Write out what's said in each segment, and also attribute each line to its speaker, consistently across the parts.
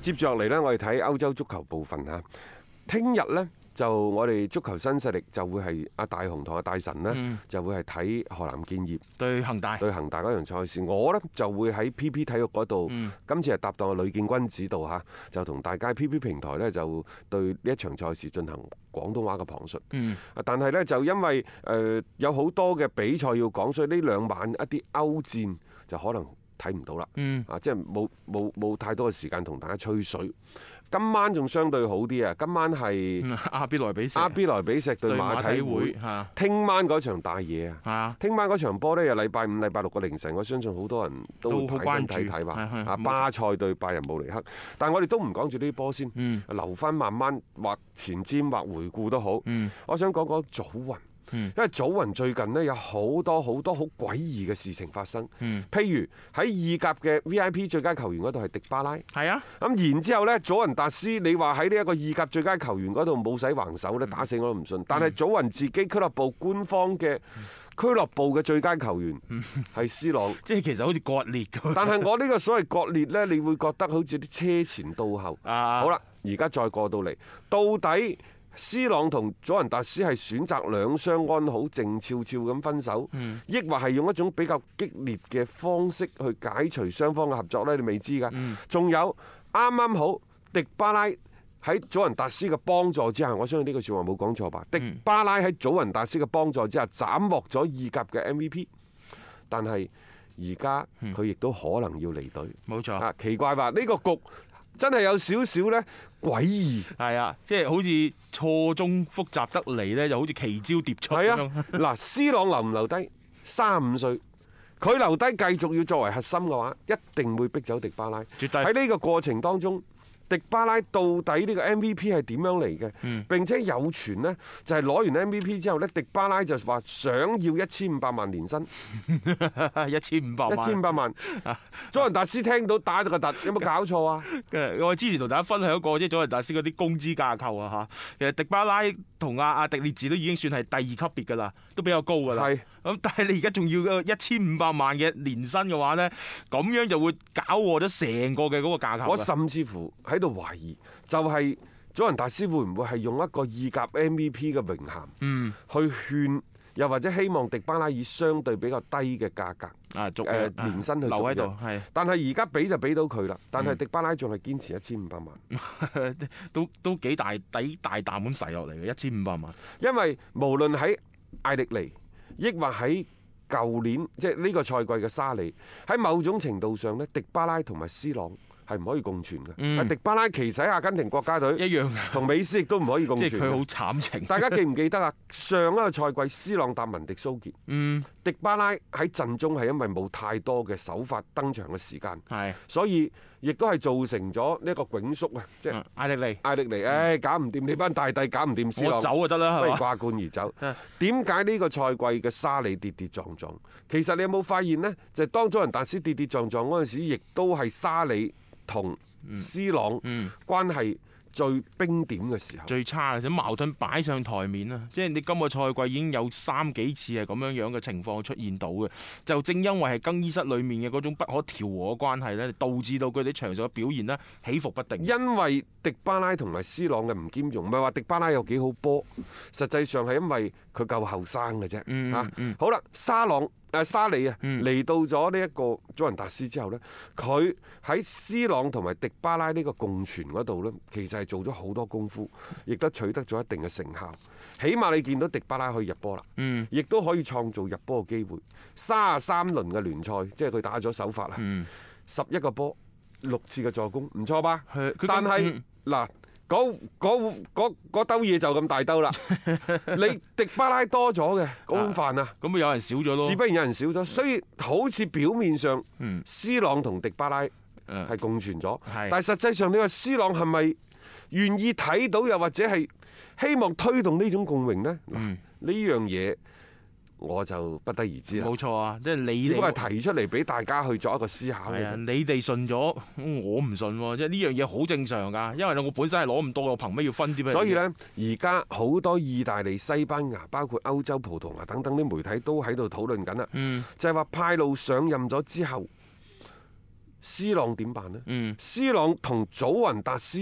Speaker 1: 接住落嚟呢，我哋睇歐洲足球部分嚇。聽日呢，就我哋足球新勢力就會係阿大雄同阿大神呢，
Speaker 2: 嗯
Speaker 1: 就會係睇河南建業
Speaker 2: 對恒大，
Speaker 1: 對恒大嗰場賽事。我呢，就會喺 PP 體育嗰度，
Speaker 2: 嗯
Speaker 1: 今次係搭檔阿呂建軍指導嚇，就同大家 PP 平台呢，就對呢一場賽事進行廣東話嘅旁述。
Speaker 2: 嗯，
Speaker 1: 啊但係呢，就因為誒、呃有好多嘅比賽要講，所以呢兩晚一啲歐戰就可能睇唔到啦。
Speaker 2: 嗯
Speaker 1: 啊，即係冇冇冇太多嘅時間同大家吹水。今晚仲相對好啲啊，今晚係
Speaker 2: 嗯阿比萊比錫
Speaker 1: 阿比萊比錫對
Speaker 2: 對
Speaker 1: 馬
Speaker 2: 馬
Speaker 1: 體
Speaker 2: 體
Speaker 1: 會
Speaker 2: 會，嚇
Speaker 1: 聽晚嗰場大嘢啊！
Speaker 2: 係啊，
Speaker 1: 聽晚嗰場波呢，又禮拜五、禮拜六個凌晨，我相信好多人都會
Speaker 2: 都
Speaker 1: 睇緊
Speaker 2: 好關注
Speaker 1: 睇睇吧。
Speaker 2: 係係
Speaker 1: 啊，
Speaker 2: 冇錯
Speaker 1: 巴塞對拜仁慕尼黑，但係我哋都唔講住呢啲波先，
Speaker 2: 嗯
Speaker 1: 留翻慢慢或前瞻或回顧都好。
Speaker 2: 嗯
Speaker 1: 我想講講祖雲，
Speaker 2: 嗯
Speaker 1: 因為祖雲最近呢，有好多好多好詭異嘅事情發生。
Speaker 2: 嗯，
Speaker 1: 譬如喺意甲嘅 V.I.P 最佳球員嗰度係迪巴拉，
Speaker 2: 係啊，
Speaker 1: 咁然之後呢，祖雲達斯你話喺呢一個意甲最佳球員嗰度冇使橫手呢，打死我都唔信。但係祖雲自己俱樂部官方嘅俱樂部嘅最佳球員係 C 朗，
Speaker 2: 即係其實好似割裂 咁。
Speaker 1: 但係我呢個所謂割裂呢，你會覺得好似啲車前到後。
Speaker 2: 啊，
Speaker 1: 好啦，而家再過到嚟，到底 C 朗同祖雲達斯係選擇兩相安好、靜悄悄咁分手，抑或係用一種比較激烈嘅方式去解除雙方嘅合作呢？你未知㗎。仲有啱啱好迪巴拉。喺祖雲達斯嘅幫助之下，我相信呢句説話冇講錯吧？迪巴拉喺祖雲達斯嘅幫助之下，斬獲咗意甲嘅 MVP，但係而家佢亦都可能要離隊。
Speaker 2: 冇錯。
Speaker 1: 啊，奇怪吧？呢、個局真係有少少呢詭異。
Speaker 2: 係啊，即係好似錯綜複雜得嚟咧，就好似奇招疊出
Speaker 1: 係
Speaker 2: 咁
Speaker 1: 啊
Speaker 2: 樣。，
Speaker 1: 嗱，C 朗留唔留低？三五歲，佢留低繼續要作為核心嘅話，一定會逼走迪巴拉。
Speaker 2: 絕對
Speaker 1: 喺呢個過程當中。迪巴拉到底呢個 MVP 係點樣嚟嘅？
Speaker 2: 嗯
Speaker 1: 並且有傳呢，就係攞完 MVP 之後呢，迪巴拉就話想要一千五百萬年薪，一
Speaker 2: 一千五百萬。
Speaker 1: 千五百 萬。佐仁達斯聽到打咗個突，有冇搞錯啊？
Speaker 2: 嘅我之前同大家分享過，即係佐仁達斯嗰啲工資架構啊嚇，其實迪巴拉同阿阿迪列治都已經算係第二級別㗎啦，都比較高㗎啦。
Speaker 1: 係
Speaker 2: 咁但係你而家仲要一千五百萬嘅年薪嘅話咧，咁樣就會搞和咗成個嘅嗰個架構
Speaker 1: 我
Speaker 2: 㗎。
Speaker 1: 甚至乎喺度懷疑，就係祖雲達斯會唔會係用一個意甲 MVP 嘅榮銜，
Speaker 2: 嗯
Speaker 1: 去勸，又或者希望迪巴拉以相對比較低嘅價格，
Speaker 2: 啊，續
Speaker 1: 呃
Speaker 2: 約啊
Speaker 1: 年薪去
Speaker 2: 留喺
Speaker 1: 續
Speaker 2: 度
Speaker 1: 約
Speaker 2: 係
Speaker 1: 但係而家俾就俾到佢啦，但
Speaker 2: 嗯
Speaker 1: 係迪巴拉仲係堅持一千五百萬，
Speaker 2: 都都幾大抵大啖咁使落嚟嘅一千五百萬。
Speaker 1: 因為無論喺艾力尼，抑或喺舊年即係呢個賽季嘅沙利，喺某種程度上呢，迪巴拉同埋斯朗係唔可以共存嘅。
Speaker 2: 嗯
Speaker 1: 迪巴拉其實喺阿根廷國家
Speaker 2: 一
Speaker 1: 隊
Speaker 2: 樣
Speaker 1: 同美斯亦都唔可以共
Speaker 2: 即
Speaker 1: 存
Speaker 2: 係佢
Speaker 1: 嘅
Speaker 2: 好。慘情。
Speaker 1: 大家記唔記得啊？上一個賽季，斯朗搭文迪蘇傑，
Speaker 2: 嗯，
Speaker 1: 迪巴拉喺陣中係因為冇太多嘅首發登場嘅時間，
Speaker 2: 係。
Speaker 1: 所以亦都係造成咗呢一個囧縮啊！即係
Speaker 2: 啊艾力尼，
Speaker 1: 艾力尼，唉，搞唔掂你班大帝，搞唔掂斯
Speaker 2: 我
Speaker 1: 朗。
Speaker 2: 走嗯就得啦，
Speaker 1: 不如
Speaker 2: 係嘛？
Speaker 1: 掛冠而 走。點解呢個賽季嘅沙利跌跌撞撞？其實你有冇發現呢？就係、當祖雲達斯跌跌撞撞嗰陣時，亦都係沙利同斯朗
Speaker 2: 嗯
Speaker 1: 關係最冰點嘅時候。
Speaker 2: 最差嘅，啲矛盾擺上台面啦。即係你今個賽季已經有三幾次係咁樣樣嘅情況出現到嘅，就正因為係更衣室裡面嘅嗰種不可調和嘅關係咧，導致到佢哋場上嘅表現呢起伏不定。
Speaker 1: 因為迪巴拉同埋斯朗嘅唔兼容，唔係話迪巴拉有幾好波，實際上係因為佢夠後生嘅啫。
Speaker 2: 嗯
Speaker 1: 啊
Speaker 2: 嗯
Speaker 1: 好啦，沙朗誒、呃沙利啊，
Speaker 2: 嗯
Speaker 1: 嚟到咗呢一個祖雲達斯之後呢，佢喺斯朗同埋迪巴拉呢個共存嗰度呢，其實係做咗好多功夫，亦都取得咗一定嘅成效。起碼你見到迪巴拉可以入波啦，
Speaker 2: 嗯
Speaker 1: 亦都可以創造入波嘅機會。三十三輪嘅聯賽，即係佢打咗首發啦，
Speaker 2: 嗯，
Speaker 1: 十一個波，六次嘅助攻，唔錯吧？
Speaker 2: 佢佢
Speaker 1: 但係
Speaker 2: 嗯
Speaker 1: 嗱，嗰嗰嗰嗰兜嘢就咁大兜 啦。你迪巴拉多咗嘅嗰碗飯啊，
Speaker 2: 咁咪有人少咗咯
Speaker 1: 自。不然有人少咗，所以好似表面上
Speaker 2: 嗯，
Speaker 1: 斯朗同迪巴拉
Speaker 2: 誒
Speaker 1: 係共存咗，
Speaker 2: 啊係
Speaker 1: 但係實際上你話斯朗係咪願意睇到，又或者係希望推動呢種共榮呢？嗱
Speaker 2: 嗯
Speaker 1: 呢樣嘢我就不得而知啦。
Speaker 2: 冇錯啊，即係你
Speaker 1: 只不過
Speaker 2: 哋。
Speaker 1: 係提出嚟俾大家去作一個思考嘅
Speaker 2: 係啊，
Speaker 1: 啫。
Speaker 2: 你哋信咗，我唔信喎，即係呢樣嘢好正常㗎，因為我本身係攞唔多，我憑咩要分啲俾你？
Speaker 1: 所以呢，而家好多意大利、西班牙，包括歐洲、葡萄牙等等啲媒體都喺度討論 緊啦，
Speaker 2: 嗯，
Speaker 1: 就係話派路上任咗之後，斯朗點辦呢？
Speaker 2: 嗯
Speaker 1: 斯朗同祖雲達斯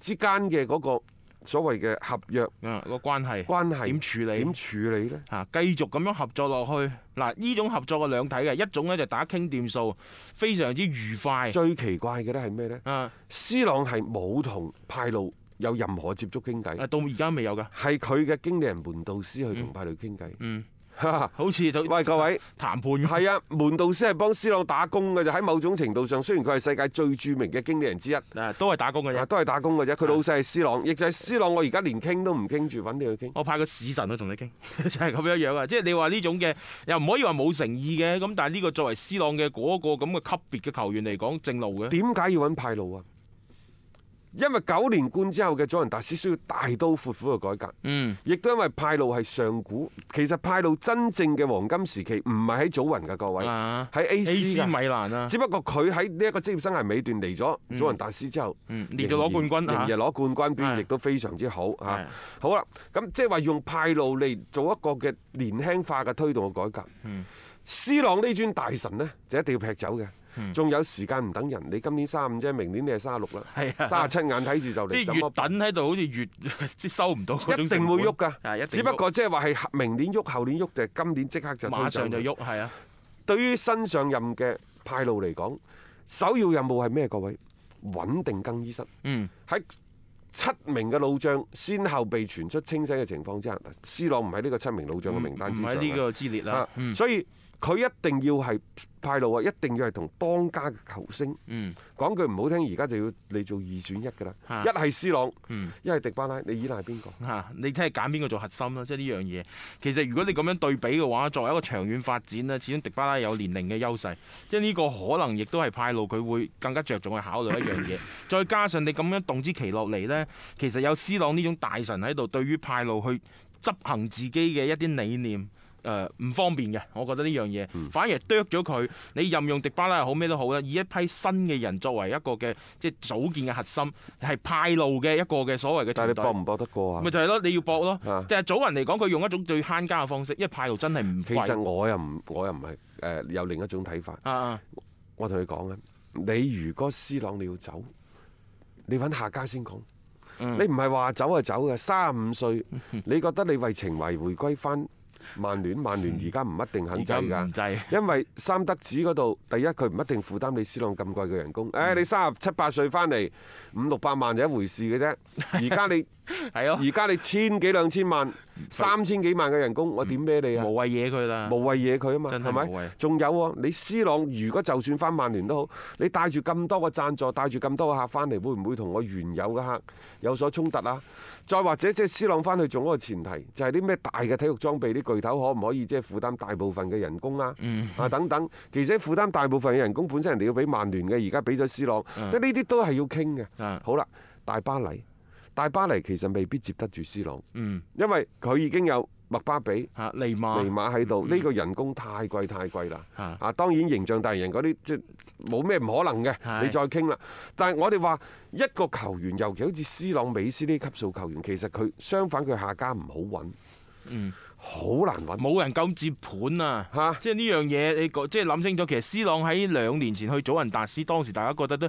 Speaker 1: 之間嘅嗰個所謂嘅合約
Speaker 2: 嗯，個關係
Speaker 1: 關係
Speaker 2: 點處理
Speaker 1: 點？處理呢？
Speaker 2: 嚇、啊繼續咁樣合作落去，嗱呢種合作嘅兩睇嘅，一種咧就打傾掂數，非常之愉快。
Speaker 1: 最奇怪嘅呢係咩呢？
Speaker 2: 啊
Speaker 1: 斯朗係冇同派路有任何接觸傾偈
Speaker 2: 啊，，到而家未有㗎，
Speaker 1: 係佢嘅經理人門導師去同派路傾偈。
Speaker 2: 嗯，
Speaker 1: 哈哈
Speaker 2: 好似就
Speaker 1: 喂，各位。
Speaker 2: 談判咁。
Speaker 1: 係啊，門導師係幫斯朗打工嘅，就喺某種程度上，雖然佢係世界最著名嘅經理人之一，
Speaker 2: 啊，都係打工嘅
Speaker 1: 但
Speaker 2: 啫。
Speaker 1: 都係打工嘅啫。佢老細係斯朗，亦就係斯朗。我而家連傾都唔傾住，揾你去傾。
Speaker 2: 我派個使臣去同你傾， 就係咁樣樣啊！即係你話呢種嘅，又唔可以話冇誠意嘅，咁但係呢個作為 C 朗嘅嗰個咁嘅級別嘅球員嚟講，正路嘅。
Speaker 1: 點解要揾派路啊？因為九連冠之後嘅祖雲達斯需要大刀闊斧嘅改革，
Speaker 2: 嗯，
Speaker 1: 亦都因為派路係上古。其實派路真正嘅黃金時期唔係喺祖雲嘅各位，
Speaker 2: 啊
Speaker 1: 喺
Speaker 2: AC
Speaker 1: AC
Speaker 2: 米
Speaker 1: 嘅。
Speaker 2: 蘭啊，
Speaker 1: 只不過佢喺呢一個職業生涯尾段嚟咗祖雲達斯之後，
Speaker 2: 嗯，連續攞冠軍
Speaker 1: 仍
Speaker 2: 啊
Speaker 1: 然，攞冠軍表現
Speaker 2: 係
Speaker 1: 亦都非常之好嚇
Speaker 2: 係。
Speaker 1: 好啦，咁即係話用派路嚟做一個嘅年輕化嘅推動嘅改革。
Speaker 2: 嗯
Speaker 1: 斯朗呢尊大神呢，就一定要劈走嘅。
Speaker 2: 嗯
Speaker 1: 仲有時間唔等人，你今年三五啫，明年你係三六 啦，
Speaker 2: 係啊
Speaker 1: 三七眼睇住就
Speaker 2: 即
Speaker 1: 嚟，
Speaker 2: 係
Speaker 1: 怎
Speaker 2: 越
Speaker 1: 麼辦
Speaker 2: 等喺度，好似越 即係收唔到嗰種
Speaker 1: 一定會喐
Speaker 2: 成
Speaker 1: 㗎。
Speaker 2: 本，係一定
Speaker 1: 只
Speaker 2: 喐
Speaker 1: 不過即係話係明年喐，後年喐就係今年即刻就推走
Speaker 2: 馬上就。喐，係啊，
Speaker 1: 對於新上任嘅派路嚟講，首要任務係咩？各位穩定更衣室。
Speaker 2: 嗯，
Speaker 1: 喺七名嘅老將先後被傳出清醒嘅情況之下，斯朗唔喺呢個七名老將嘅名單之
Speaker 2: 唔
Speaker 1: 上
Speaker 2: 喺呢個之列啦
Speaker 1: 啊，
Speaker 2: 嗯
Speaker 1: 所以佢一定要係派路啊，一定要係同當家嘅球星
Speaker 2: 嗯
Speaker 1: 講句唔好聽，而家就要你做二選一㗎啦，
Speaker 2: 啊
Speaker 1: 一係斯朗，
Speaker 2: 嗯。
Speaker 1: 一係迪巴拉，你依賴邊個？
Speaker 2: 嚇！啊你睇下揀邊個做核心啦，即係呢樣嘢。其實如果你咁樣對比嘅話，作為一個長遠發展呢，始終迪巴拉有年齡嘅優勢，即係呢個可能亦都係派路佢會更加着重去考慮一樣 嘢。再加上你咁樣動之其落嚟呢，其實有斯朗呢種大神喺度，對於派路去執行自己嘅一啲理念。誒唔、方便嘅，我覺得呢樣嘢，
Speaker 1: 嗯
Speaker 2: 反而係剁咗佢。你任用迪巴拉又好咩都好啦，以一批新嘅人作為一個嘅即係組建嘅核心，係派路嘅一個嘅所謂嘅
Speaker 1: 但係
Speaker 2: 團
Speaker 1: 你
Speaker 2: 隊
Speaker 1: 搏唔搏得過啊
Speaker 2: 咪？就係咯，你要搏咯。
Speaker 1: 啊
Speaker 2: 但係祖雲嚟講，佢用一種最慳家嘅方式，因為派路真係唔
Speaker 1: 其實
Speaker 2: 貴。
Speaker 1: 我又唔，我又唔係誒有另一種睇法。
Speaker 2: 啊啊，
Speaker 1: 我同你講啊，你如果斯朗你要走，你揾下家先講。
Speaker 2: 嗯
Speaker 1: 你唔係話走就走嘅，三十五歲，你覺得你為情懷回歸翻曼聯？曼聯而家唔一定
Speaker 2: 嗯而
Speaker 1: 肯制
Speaker 2: 家唔
Speaker 1: 㗎。
Speaker 2: 制。
Speaker 1: 因為三德子嗰度，第一佢唔一定負擔你斯朗咁貴嘅人工。誒、
Speaker 2: 嗯
Speaker 1: 你三十七八歲翻嚟五六百萬就一回事嘅 啫。而家你
Speaker 2: 係 咯，
Speaker 1: 而家你千幾兩千萬、
Speaker 2: 嗯
Speaker 1: 三千幾萬嘅人工，我點孭你啊？
Speaker 2: 無謂惹佢啦。
Speaker 1: 無謂惹佢啊嘛，
Speaker 2: 嗯真
Speaker 1: 係
Speaker 2: 係無謂
Speaker 1: 咪？仲有喎，你斯朗如果就算翻曼聯都好，你帶住咁多個贊助，帶住咁多個客翻嚟，會唔會同我原有嘅客有所衝突啊？再或者即係斯朗翻去做嗰個前提，就係啲咩大嘅體育裝備啲巨頭可唔可以即係負擔大部分嘅人工啊？
Speaker 2: 嗯
Speaker 1: 啊等等，其實負擔大部分嘅人工本身人哋要俾曼聯嘅，而家俾咗斯朗，即係呢啲都係要傾
Speaker 2: 嗯
Speaker 1: 嘅。好啦，大巴黎，大巴黎其實未必接得住斯朗，
Speaker 2: 嗯
Speaker 1: 因為佢已經有麥巴比。
Speaker 2: 嚇，尼
Speaker 1: 尼
Speaker 2: 馬
Speaker 1: 馬喺度，呢個人工太貴太貴啦。
Speaker 2: 嚇
Speaker 1: 啊，當然形象大人嗰啲即係冇咩唔可能
Speaker 2: 係
Speaker 1: 嘅，你再傾啦。但係我哋話一個球員，尤其好似斯朗、美斯呢級數球員，其實佢相反佢下家唔好揾，
Speaker 2: 嗯
Speaker 1: 好難揾。
Speaker 2: 冇人敢接盤啊！
Speaker 1: 嚇
Speaker 2: 即係呢樣嘢，你講即係諗清楚。其實斯朗喺兩年前去祖雲達斯，當時大家覺得都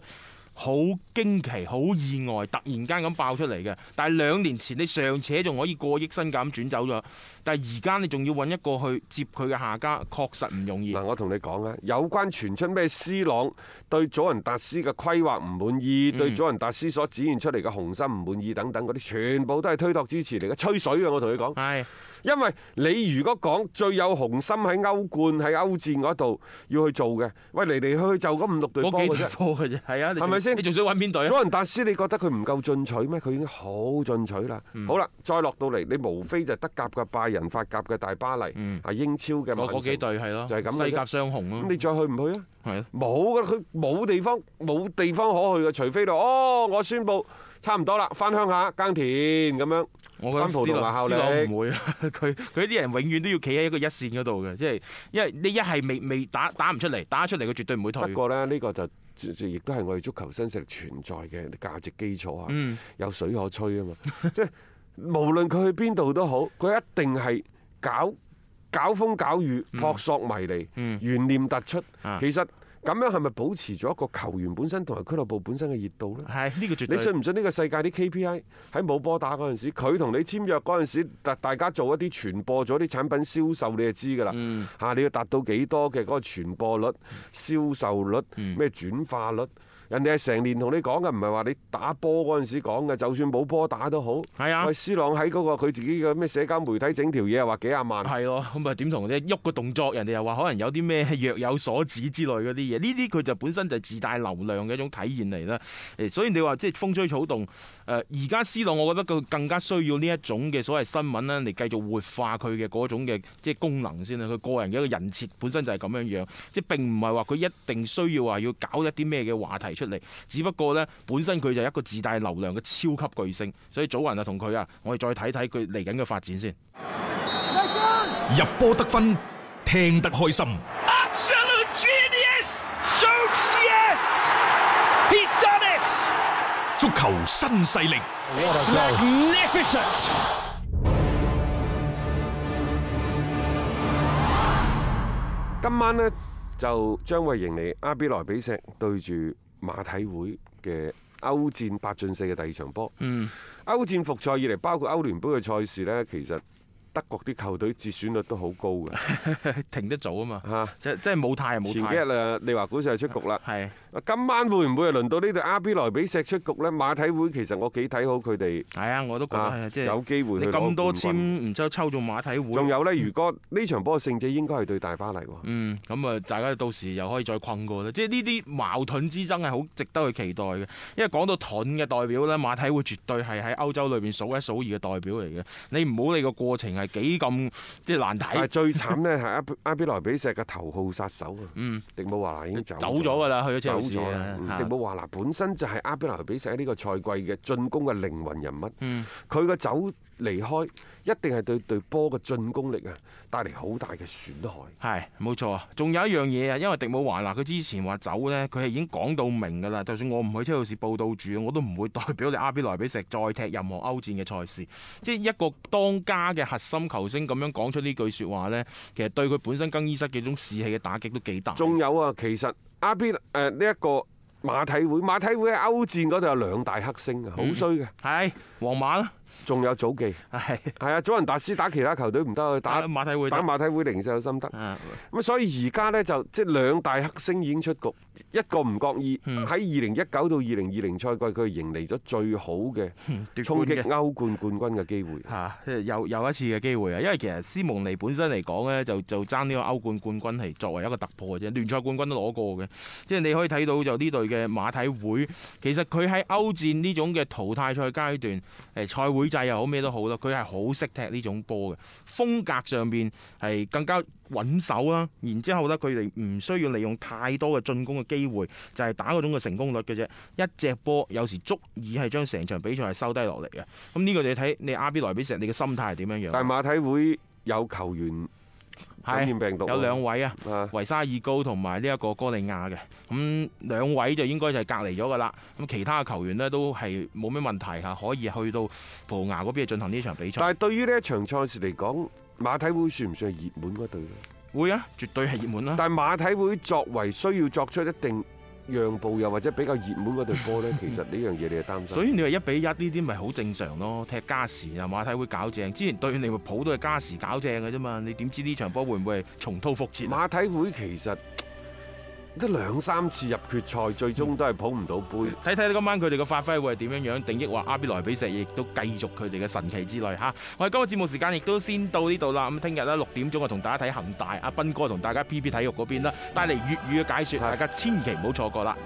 Speaker 2: 好驚奇、好意外，突然間咁爆出嚟嘅。但係兩年前你尚且仲可以過億身價咁轉走咗，但係而家你仲要揾一個去接佢嘅下家，確實唔容易。
Speaker 1: 嗱，我同你講啊，有關傳出咩斯朗對祖雲達斯嘅規劃唔滿意，
Speaker 2: 嗯
Speaker 1: 對祖雲達斯所展現出嚟嘅雄心唔滿意等等嗰啲，全部都係推託支持嚟嘅，吹水嘅。我同你講，
Speaker 2: 係
Speaker 1: 因為你如果講最有雄心喺歐冠、喺歐戰嗰度要去做嘅，喂嚟嚟去去就咁五六隊波
Speaker 2: 嗰
Speaker 1: 嘅
Speaker 2: 幾隊
Speaker 1: 啫。
Speaker 2: 波嘅啫，係啊，你
Speaker 1: 係咪
Speaker 2: 仲
Speaker 1: 先
Speaker 2: 你仲想揾邊隊啊？
Speaker 1: 佐仁達斯，你覺得佢唔夠進取咩？佢已經好進取啦。好啦，再落到嚟，你無非就係德甲嘅拜仁、法甲嘅大巴黎，
Speaker 2: 嗯
Speaker 1: 啊英超嘅曼
Speaker 2: 嗰嗰幾
Speaker 1: 城。
Speaker 2: 隊係咯，
Speaker 1: 就係咁嘅啫
Speaker 2: 西甲雙雄
Speaker 1: 咁
Speaker 2: 咯，
Speaker 1: 你再去唔去啊？
Speaker 2: 係啊，
Speaker 1: 冇噶，佢冇地方冇地方可去嘅，除非就哦，我宣布差唔多啦，翻鄉下耕田咁樣。
Speaker 2: 我覺得
Speaker 1: 翻葡
Speaker 2: 斯
Speaker 1: 萄牙效
Speaker 2: 朗斯
Speaker 1: 力
Speaker 2: 朗唔會啊， 佢佢啲人永遠都要企喺一個一線嗰度嘅，即係因為你一係未未打打唔出嚟，打出嚟佢絕對唔會退
Speaker 1: 不。過呢，呢個就就亦都係我哋足球新勢力存在嘅價值基礎啊，
Speaker 2: 嗯，
Speaker 1: 有水可吹啊嘛。 即係無論佢去邊度都好，佢一定係搞搞風搞雨，撲朔迷離，
Speaker 2: 嗯
Speaker 1: 懸念突出
Speaker 2: 啊。
Speaker 1: 其實咁樣係咪保持咗一個球員本身同埋俱樂部本身嘅熱度呢？
Speaker 2: 係呢個絕
Speaker 1: 你
Speaker 2: 對。
Speaker 1: 信唔信呢個世界啲 KPI 喺冇波打嗰陣時，佢同你簽約嗰陣時，大大家做一啲傳播咗啲產品銷售，你就知㗎啦。嚇、
Speaker 2: 嗯
Speaker 1: 你要達到幾多嘅嗰個傳播率、銷售率、
Speaker 2: 嗯
Speaker 1: 咩轉化率？人哋係成年同你講嘅，唔係話你打波嗰陣時講嘅，就算冇波打都好。
Speaker 2: 係啊
Speaker 1: 喂，斯朗喺嗰、個佢自己嘅咩社交媒體整條嘢，話幾廿萬。
Speaker 2: 係咯，咁咪啊點同啫？喐個動作，人哋又話可能有啲咩 若有所指之類嗰啲嘢，呢啲佢就本身就係自帶流量嘅一種體現嚟啦。誒，所以你話即係風吹草動，誒而家 C 朗，我覺得佢更加需要呢一種嘅所謂新聞啦，嚟繼續活化佢嘅嗰種嘅即係功能先啦。佢個人嘅一個人設本身就係咁樣樣，即係並唔係話佢一定需要話要搞一啲咩嘅話題出嚟，只不過呢，本身佢就係一個自帶流量嘅超級巨星，所以祖雲啊同佢啊，我哋再睇睇佢嚟緊嘅發展先。
Speaker 3: 入波得分，聽得開心。
Speaker 4: Absolute genius! Shoots yes! He's done it!
Speaker 3: 足球新勢力，
Speaker 4: It's magnificent!
Speaker 1: 今晚呢，就將會迎嚟阿比萊比錫對住馬體會嘅歐戰八進四嘅第二場波。
Speaker 2: 嗯。
Speaker 1: 歐戰復賽以嚟，包括歐聯杯嘅賽事呢，其實德國啲球隊折選率都好高 嘅
Speaker 2: 停得早啊嘛，
Speaker 1: 嚇。
Speaker 2: 即即係冇態
Speaker 1: 前
Speaker 2: 冇
Speaker 1: 幾
Speaker 2: 態，
Speaker 1: 日啊，利華古就出局啦。
Speaker 2: 係
Speaker 1: 今晚會唔會係輪到呢隊阿比萊比錫出局呢？馬體會其實我幾睇好佢哋
Speaker 2: 係啊，我都覺得係
Speaker 1: 啊
Speaker 2: 啊，即係
Speaker 1: 有機會
Speaker 2: 你
Speaker 1: 去攞
Speaker 2: 咁多
Speaker 1: 冠軍
Speaker 2: 簽，然之後抽中馬體會，
Speaker 1: 仲有呢，如果呢場波嘅勝者應該係對大巴黎喎。
Speaker 2: 嗯，咁啊，大家到時又可以再困過啦。即係呢啲矛盾之爭係好值得去期待嘅，因為講到盾嘅代表呢，馬體會絕對係喺歐洲裏邊數一數二嘅代表嚟嘅。你唔好理個過程係幾咁即係難
Speaker 1: 但係
Speaker 2: 睇，
Speaker 1: 最慘呢，係阿比阿比萊比錫嘅頭號殺手啊！
Speaker 2: 嗯，
Speaker 1: 迪姆華拿已經走
Speaker 2: 走咗㗎啦，去咗車
Speaker 1: 走
Speaker 2: 路士
Speaker 1: 咗
Speaker 2: 啊
Speaker 1: 啦。嗯
Speaker 2: 嚇
Speaker 1: 迪姆華拿本身就係阿比萊比錫呢個賽季嘅進攻嘅靈魂人物。
Speaker 2: 嗯
Speaker 1: 佢個走離開，一定係對對波嘅進攻力啊帶嚟好大嘅損害。
Speaker 2: 係冇錯啊！仲有一樣嘢啊，因為迪姆華拿佢之前話走呢，佢係已經講到明㗎啦。就算我唔去車路士報道住，我都唔會代表你阿比萊比錫再踢任何歐戰嘅賽事。 即係一個當家嘅核心球星咁樣講出呢句説話呢，其實對佢本身更衣室嘅種士氣嘅打擊都幾大。
Speaker 1: 仲有啊，其實阿比誒呢一個馬體會，馬體會喺歐戰嗰度有兩大黑星啊，好衰嘅。
Speaker 2: 係皇馬啦，
Speaker 1: 仲有祖記，
Speaker 2: 係
Speaker 1: 係啊，祖雲達斯打其他球隊唔得，佢打
Speaker 2: 打馬體會
Speaker 1: 打馬體會零舍有心得。
Speaker 2: 啊
Speaker 1: 咁所以而家呢，就即係兩大黑星已經出局，一個唔覺意
Speaker 2: 嗯
Speaker 1: 喺二零一九到二零二零賽季，佢係迎嚟咗最好嘅
Speaker 2: 奪
Speaker 1: 衝
Speaker 2: 冠
Speaker 1: 擊
Speaker 2: 嘅
Speaker 1: 歐冠冠軍嘅機會。
Speaker 2: 嚇，即係有有一次嘅機會啊！因為其實斯蒙尼本身嚟講呢，就就爭呢個歐冠冠軍係作為一個突破嘅啫，聯賽冠軍都攞過嘅。即係你可以睇到就呢隊嘅馬體會，其實佢喺歐戰呢種嘅淘汰賽階段，誒賽會制又好咩都好啦，佢係好識踢呢種波嘅風格上邊係更加穩守啦。然之後呢，佢哋唔需要利用太多嘅進攻嘅機會，就係、打嗰種嘅成功率嘅啫。一隻波有時足以係將成場比賽係收低落嚟嘅。咁呢個就要睇你阿比萊比錫你嘅心態係點樣樣。
Speaker 1: 但係馬體會有球員感
Speaker 2: 係
Speaker 1: 染病毒喎，
Speaker 2: 有兩位啊，
Speaker 1: 啊。
Speaker 2: 維沙爾高同埋呢一個哥利亞嘅，咁兩位就應該就係隔離咗㗎啦。咁其他嘅球員呢，都係冇咩問題嚇，可以去到葡萄牙嗰邊進行呢場比賽。
Speaker 1: 但係對於呢一場賽事嚟講，馬體會算唔算係熱門嗰隊咧？
Speaker 2: 會啊，絕對係熱門啦。
Speaker 1: 但係馬體會作為需要作出一定讓步，又或者比較熱門嗰隊波呢，其實呢樣嘢你係擔心。
Speaker 2: 所以你話一比一呢啲咪好正常咯，踢加時啊，馬體會搞正。之前對利物浦都係加時搞正嘅啫嘛，你點知呢場波會唔會係重蹈覆轍啊？
Speaker 1: 馬體會其實嗯都兩三次入決賽，最終都係捧唔到杯。
Speaker 2: 睇睇今晚佢哋嘅發揮會係點樣樣，定抑或阿比萊比錫亦都繼續佢哋嘅神奇之旅嚇。我哋今日節目時間亦都先到呢度啦。咁聽日咧六點鐘啊，同大家睇恒大，阿斌哥同大家 P P 體育嗰邊啦，帶嚟粵語嘅解説，大家千祈唔好錯過啦。